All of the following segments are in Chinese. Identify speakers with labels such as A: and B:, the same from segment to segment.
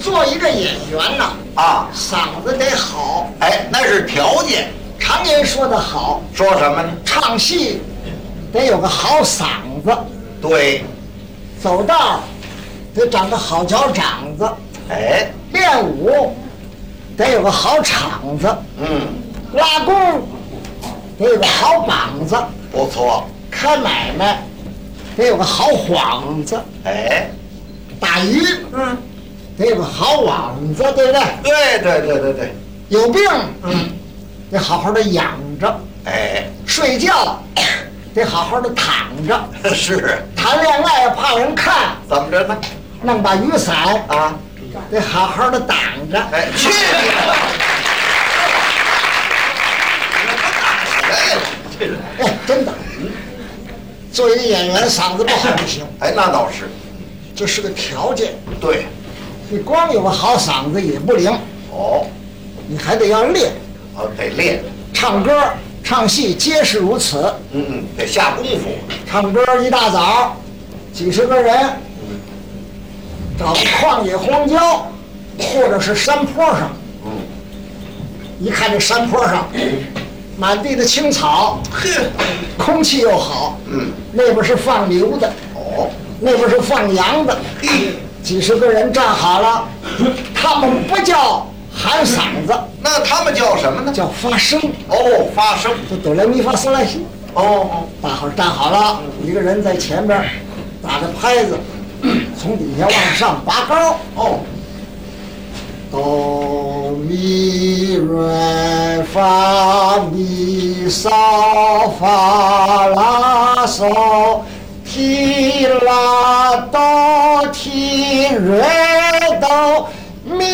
A: 做一个演员呐，
B: 啊，
A: 嗓子得好。
B: 哎，那是条件。
A: 常言说得好，
B: 说什么呢？
A: 唱戏得有个好嗓子，
B: 对，
A: 走道儿得长个好脚掌子，
B: 哎，
A: 练武得有个好场子，
B: 嗯，
A: 拉弓得有个好膀子，
B: 不错。
A: 开买卖得有个好幌子，
B: 哎，
A: 打鱼
B: 嗯，
A: 得有个好网子，对不对？
B: 对对对对对，
A: 有病，嗯，得好好的养着；
B: 哎，
A: 睡觉 得好好的躺着；
B: 是
A: 谈恋爱怕人看，
B: 怎么着呢？
A: 弄把雨伞
B: 啊，
A: 得好好的挡着。
B: 哎，去你的！哎这人
A: 哎，真的，做一个演员嗓子不好不行，
B: 哎，那倒是，
A: 这是个条件。
B: 对，
A: 你光有个好嗓子也不灵，
B: 哦，
A: 你还得要练。
B: 啊，得练，
A: 唱歌、唱戏皆是如此。
B: 嗯嗯，得下功夫，
A: 唱歌一大早，几十个人，找个旷野荒郊，或者是山坡上，
B: 嗯，
A: 一看这山坡上，满地的青草，空气又好，
B: 嗯，
A: 那边是放牛的，
B: 哦，
A: 那边是放羊的，几十个人站好了，他们不叫喊嗓子，
B: 那他们叫什么呢？
A: 叫发声，
B: 哦，发声，
A: 就哆来咪发嗦来西。
B: 哦，
A: 大伙儿站好了，一个人在前边儿打着拍子， 从底下往上拔高。
B: 哦，
A: 哆咪瑞发咪嗦发拉嗦，提拉哆提瑞哆咪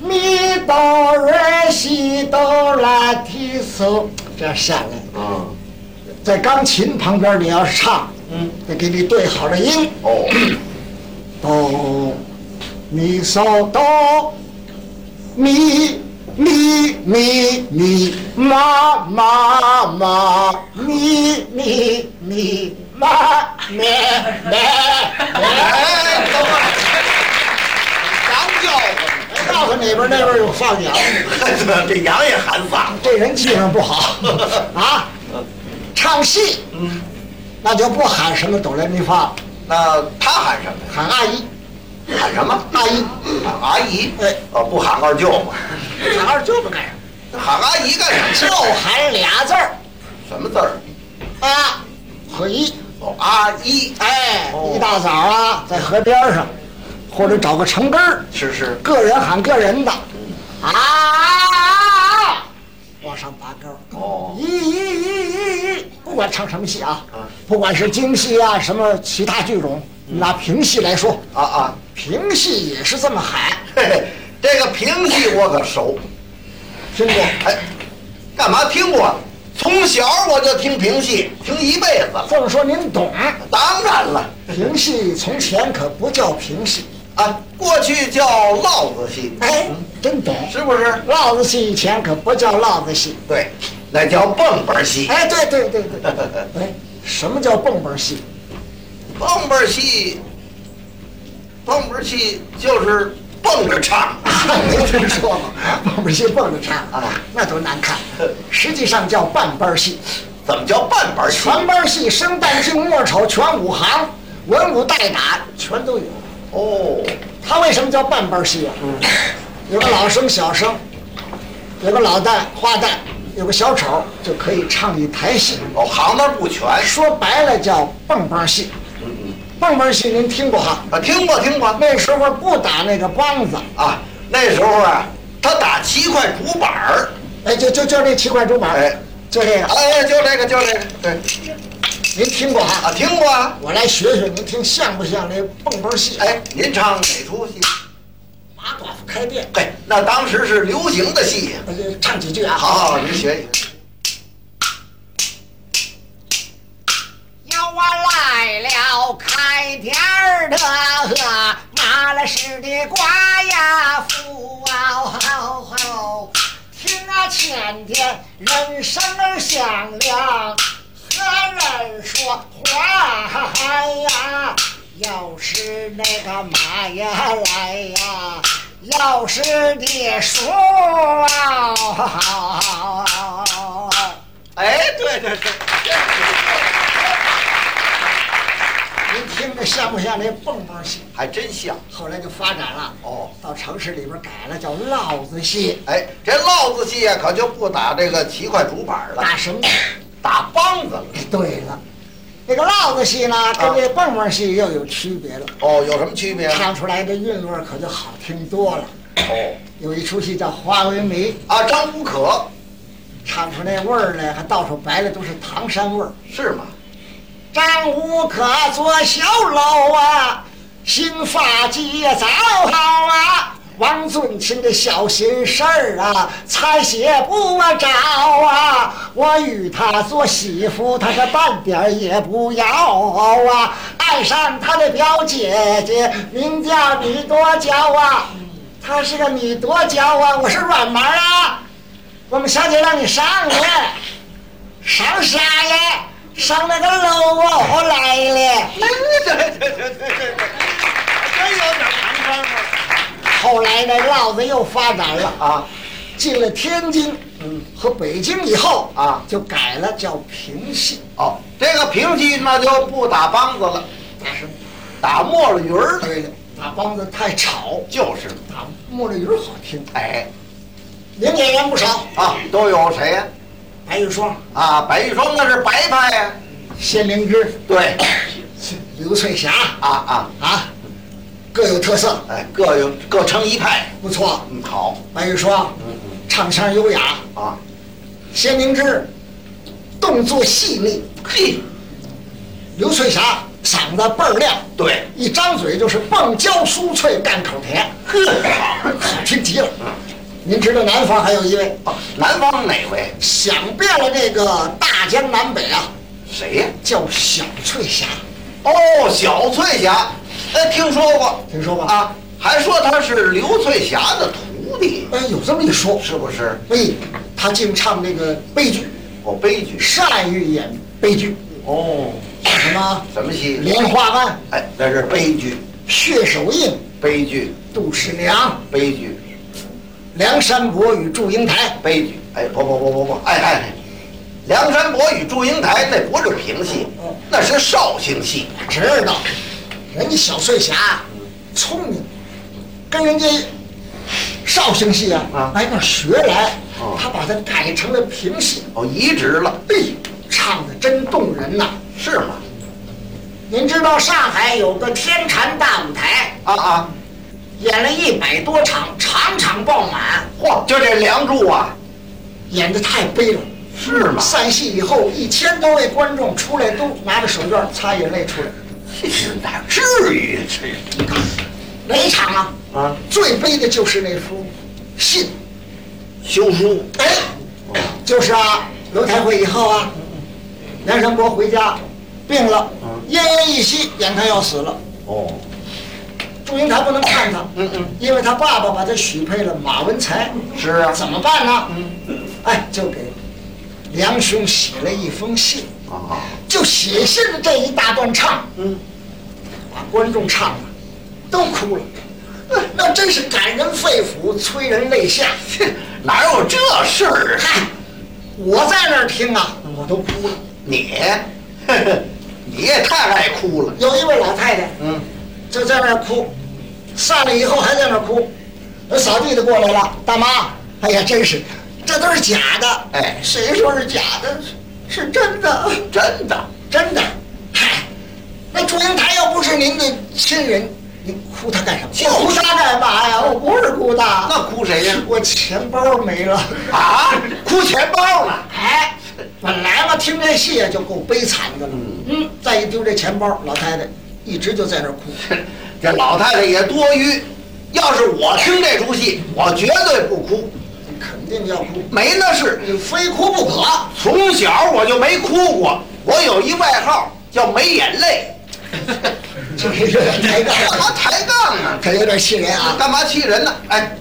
A: 咪哆瑞西哆拉提嗦，这样下来，
B: 嗯，
A: 在钢琴旁边你要唱，
B: 嗯，
A: 得给你对好了音。
B: 哦，
A: 哆咪嗦哆咪咪咪咪妈妈妈咪咪咪妈咩咩咩。
B: 哎，等会儿，羊叫唤
A: 告诉你们，那边有放羊，
B: 呢， 这羊也喊嗓子，
A: 这人气氛不好 啊。唱戏，
B: 嗯，
A: 那就不喊什么哆来咪发了，
B: 那他喊什么呀？
A: 喊阿姨，
B: 喊什么？
A: 阿姨，
B: 喊阿姨，
A: 哎，
B: 哦，不喊二舅吗？
A: 喊二舅不干什么，
B: 喊阿姨干什
A: 就
B: 么？
A: 喊俩字儿，
B: 什么字儿？
A: 啊和一。
B: 哦，阿姨，
A: 哎，
B: 哦
A: 一大早啊，在河边上，或者找个城根儿，
B: 是是，
A: 个人喊个人的，啊，往上拔高，
B: 哦
A: 咦咦咦咦咦，不管唱什么戏啊
B: 啊，嗯
A: 不管是京戏啊，什么其他剧种，拿评戏来说，
B: 啊啊，
A: 评戏也是这么喊，
B: 嘿嘿，这个评戏我可熟，
A: 听过？
B: 哎，干嘛听过？从小我就听评戏，听一辈子了。
A: 这么说您懂？
B: 当然了，
A: 评戏从前可不叫评戏，
B: 啊，过去叫烙子戏，
A: 哎，真懂。
B: 是不是？
A: 烙子戏以前可不叫烙子戏，
B: 对，那叫蹦本戏。
A: 哎，对对对对。哎，什么叫蹦蹦戏？
B: 蹦本戏，蹦本戏就是蹦着唱。
A: 啊没听说过，蹦蹦戏蹦着唱
B: 啊，
A: 那多难看。实际上叫半班戏，
B: 怎么叫半本戏？
A: 全班戏，生旦净末丑全五行，文武代打全都有。
B: 哦，
A: 他为什么叫半班戏啊？有个老生小生，有个老旦花旦，有个小丑，就可以唱一台戏。
B: 哦，行当不全。
A: 说白了叫蹦蹦戏。蹦蹦戏您听过哈？
B: 啊，听过听过。
A: 那时候不打那个梆子，
B: 啊，那时候啊，他打七块竹板儿，
A: 哎，就就就那七块竹板，
B: 哎，
A: 就这个。
B: 哎，就这个，就这个，对，
A: 您听过哈？
B: 啊，听过啊，
A: 我来学学，您听像不像那蹦蹦戏？
B: 哎，您唱哪出戏？
A: 马寡妇开店，
B: 嘿，那当时是流行的戏呀。
A: 我就唱几句啊。
B: 好好，您学一学。
A: 要我来了开天儿的麻了似的瓜呀富啊好好，听啊前天人生儿响亮，何人说话呀？要是那个马呀来呀，要是你说
B: 哎，对对对，
A: 您听着像不像那蹦蹦戏？
B: 还真像
A: 后来就发展了，
B: 哦。
A: 到城市里边改了叫烙子戏，
B: 哎，这烙子戏啊，可就不打这个七块竹板了，
A: 打什么？
B: 打梆子了。
A: 对了，那个烙子戏呢，跟这蹦蹦戏又有区别了，
B: 哦，有什么区别呢？
A: 唱出来的韵味儿可就好听多了。
B: 哦，
A: 有一出戏叫《花为媒》，
B: 啊，张无可
A: 唱出那味儿来，还到处摆的都是唐山味儿。
B: 是吗？
A: 张无可做小楼啊，新发髻呀早好啊。王俊卿的小心事儿啊，才写不着啊！我与他做媳妇，他是半点儿也不要啊！爱上他的表姐姐，名叫米多娇啊，她是个米多娇啊，我是软毛啊，我们小姐让你上来。上啥呀？上那个楼啊我来了。
B: 哎对对对对对对，真有点唐山味儿
A: 后来呢，烙子又发展了，
B: 啊。
A: 进了天津，嗯，和北京以后
B: 啊
A: 就改了叫评戏，
B: 哦，这个评戏那就不打梆子了，
A: 打什么？
B: 打墨了鱼儿了，
A: 对了，打梆子太吵，
B: 就是。
A: 打木了鱼儿好听。
B: 哎，
A: 名演员不少，
B: 啊，都有谁呀、
A: 白玉霜、
B: 啊？白玉霜那是白派呀、
A: 谢灵芝、
B: 对，
A: 刘翠霞
B: 啊啊，
A: 啊，各有特色，
B: 哎，各有各称一派。
A: 不错。
B: 嗯，好，
A: 白玉霜
B: 嗯嗯，
A: 唱腔优雅，
B: 啊，
A: 谢灵芝动作细腻，
B: 嘿，
A: 刘翠霞嗓子倍儿亮，
B: 对，
A: 一张嘴就是棒椒酥脆干口甜，
B: 呵，
A: 好听极了。您知道南方还有一位
B: 啊南方哪位？
A: 想遍了这个大江南北啊，
B: 谁呀、
A: 叫小翠霞，
B: 哦，小翠霞，哎，听说过
A: 听说吧？
B: 啊，还说他是刘翠霞的徒弟，
A: 哎，有这么一说。
B: 是不是？
A: 哎，她净唱那个悲剧，
B: 哦，悲剧。
A: 善于演悲剧，
B: 哦，
A: 像什么
B: 什么戏
A: 《莲花庵》
B: 哎，那是悲剧，
A: 《血手印》《
B: 悲剧，
A: 杜十娘》
B: 悲剧，
A: 《梁山伯与祝英台
B: 悲剧。哎，不不不不不，哎哎，梁山伯与祝英台那不是评戏，那是绍兴戏。》，
A: 知道？人家小翠霞聪明，跟人家绍兴戏啊
B: 啊
A: 挨那儿学来
B: 哦，
A: 她把它改成了评戏，
B: 哦，移植了，
A: 哎，唱的真动人呐！
B: 是吗？
A: 您知道上海有个天蟾大舞台，
B: 啊啊，
A: 演了一百多场，场场爆满，
B: 嚯，就这《梁祝》啊，
A: 演的太悲了。
B: 是吗？
A: 散戏以后，一千多位观众出来都拿着手绢擦眼泪出来。
B: 这哎是哪至于？这
A: 哪一场啊？
B: 啊，
A: 最悲的就是那幅信，
B: 修书。哦
A: 哎，就是啊，楼台会以后啊，梁山伯回家病了，
B: 嗯
A: 奄奄一息，眼看要死了。
B: 哦，
A: 祝英台不能看他，
B: 嗯嗯，
A: 因为他爸爸把他许配了马文才，
B: 是啊，嗯
A: 怎么办呢？哎，就给梁兄写了一封信，
B: 啊，
A: 就写信的这一大段唱，
B: 嗯，
A: 把观众唱的都哭了，哎那真是感人肺腑，催人泪下。
B: 哪有这事儿啊？
A: 嗨，我在那儿听啊，我都哭了。
B: 你，呵呵，你也太爱哭了。
A: 有一位老太太
B: 嗯，
A: 就在那儿哭，散了以后还在那儿哭。有扫地的过来了，大妈，哎呀，真是，这都是假的。
B: 哎
A: 谁说是假的？是是真的，
B: 真的，
A: 真的。嗨，那祝英台又不是您的亲人，您哭他干什么？我哭他干嘛呀？我不是哭他，
B: 那哭谁呀？
A: 我钱包没了。
B: 啊，哭钱包了。
A: 哎，本来嘛，听这戏就够悲惨的了。嗯，再一丢这钱包，老太太一直就在那儿哭。
B: 这老太太也多余。要是我听这出戏，我绝对不哭，
A: 你肯定要哭，
B: 没那事。
A: 你非哭不可。
B: 从小我就没哭过，我有一外号叫没眼泪。
A: 就是有点抬杠，
B: 干嘛抬杠啊？
A: 可有点气人啊。
B: 干嘛气人呢？哎，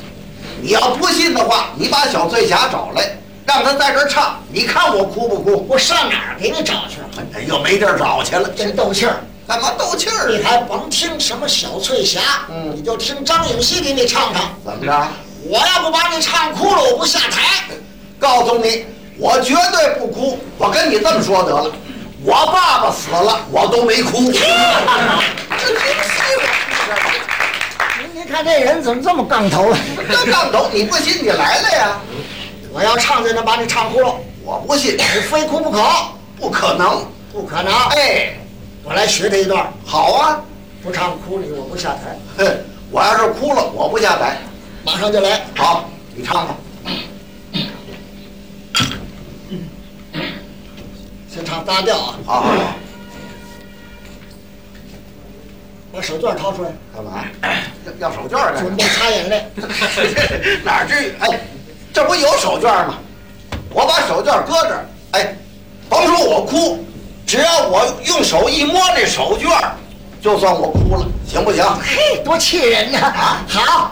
B: 你要不信的话，你把小翠霞找来，让她在这儿唱，你看我哭不哭？
A: 我上哪儿给你找去？
B: 哎又没地儿找去了。
A: 真斗气儿。
B: 干嘛斗气
A: 你
B: 儿？
A: 还甭听什么小翠霞，
B: 嗯
A: 你就听张颖熙给你唱唱。
B: 怎么着？
A: 我要不把你唱哭了，我不下台。
B: 告诉你，我绝对不哭。我跟你这么说得了，我爸爸死了，我都没哭。这平息吧，
A: 您您哎看这人怎么这么杠头啊？
B: 这杠头你不信你来了呀？
A: 我要唱就能把你唱哭了，
B: 我不信，
A: 你非哭不可，
B: 不可能。
A: 不可能。
B: 哎，
A: 我来学他一段，
B: 好啊，
A: 不唱哭你，我不下台，
B: 哼，我要是哭了，我不下台。
A: 马上就来。
B: 好，你唱吧。
A: 先唱搭调啊，
B: 好好好，
A: 把手绢掏出来，
B: 干嘛？要要手绢儿干
A: 准
B: 嘛？
A: 备擦眼泪。
B: 哪儿至于？哎，这不有手绢吗？我把手绢搁这儿。哎，甭说我哭，只要我用手一摸这手绢，就算我哭了，行不行？
A: 嘿，多气人呐！好，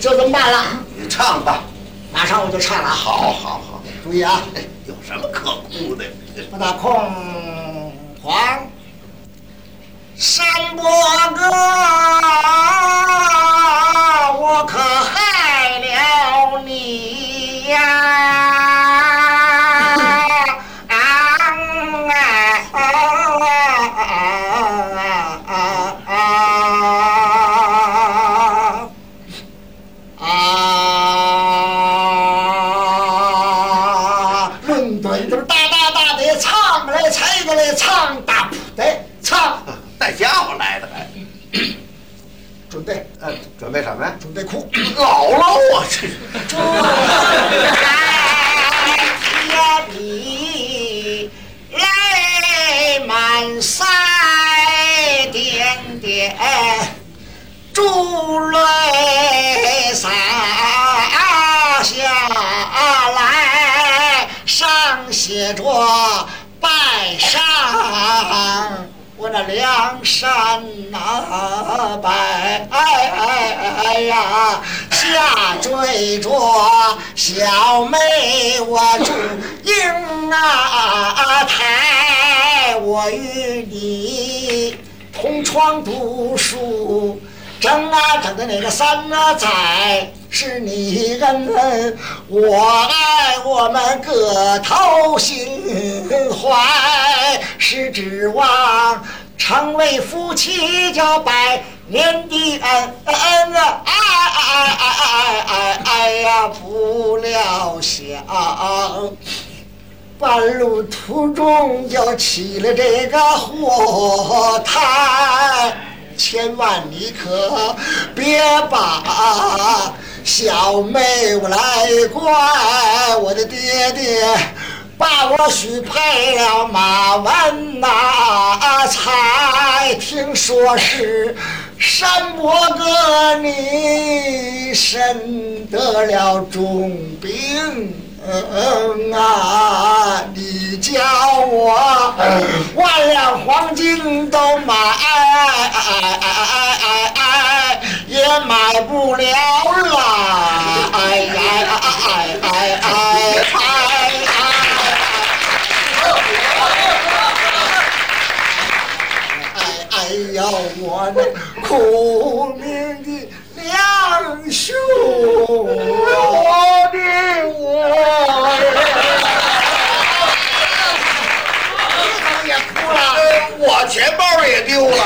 A: 就这么办了，
B: 你唱吧。
A: 马上我就唱了。好，
B: 好，好，好。
A: 注意啊，
B: 哎，有什么可哭的？
A: 不打空黄。山伯哥，我可害了你呀！啊啊啊啊啊啊！啊！论怼都是哒哒哒的唱来，猜过来唱，打扑的唱，
B: 带家伙来的还？
A: 准备
B: 呃，准备什么呀？
A: 准备哭。
B: 老了我这。
A: 哎呀，你泪满腮，点点珠泪洒下来，上写着拜上我那梁山呐、拜哎哎哎呀，下坠着小妹我祝英啊台，我与你同窗读书，争啊争的那个三啊仔是你恩，我爱我们各掏心怀，是指望成为夫妻叫百年的恩恩啊！哎哎哎哎哎哎呀，不料想。半路途中就起了这个火炭，千万你可别把小妹我来怪，我的爹爹把我许配了马文呐、啊才听说是山伯哥你身得了重病。嗯啊，你教我万两黄金都买，也买不了啦！哎呀哎哎哎哎哎！哎哎呀，我那苦命的两兄啊！
B: 我的我
A: 也哭了，
B: 我钱包也丢了，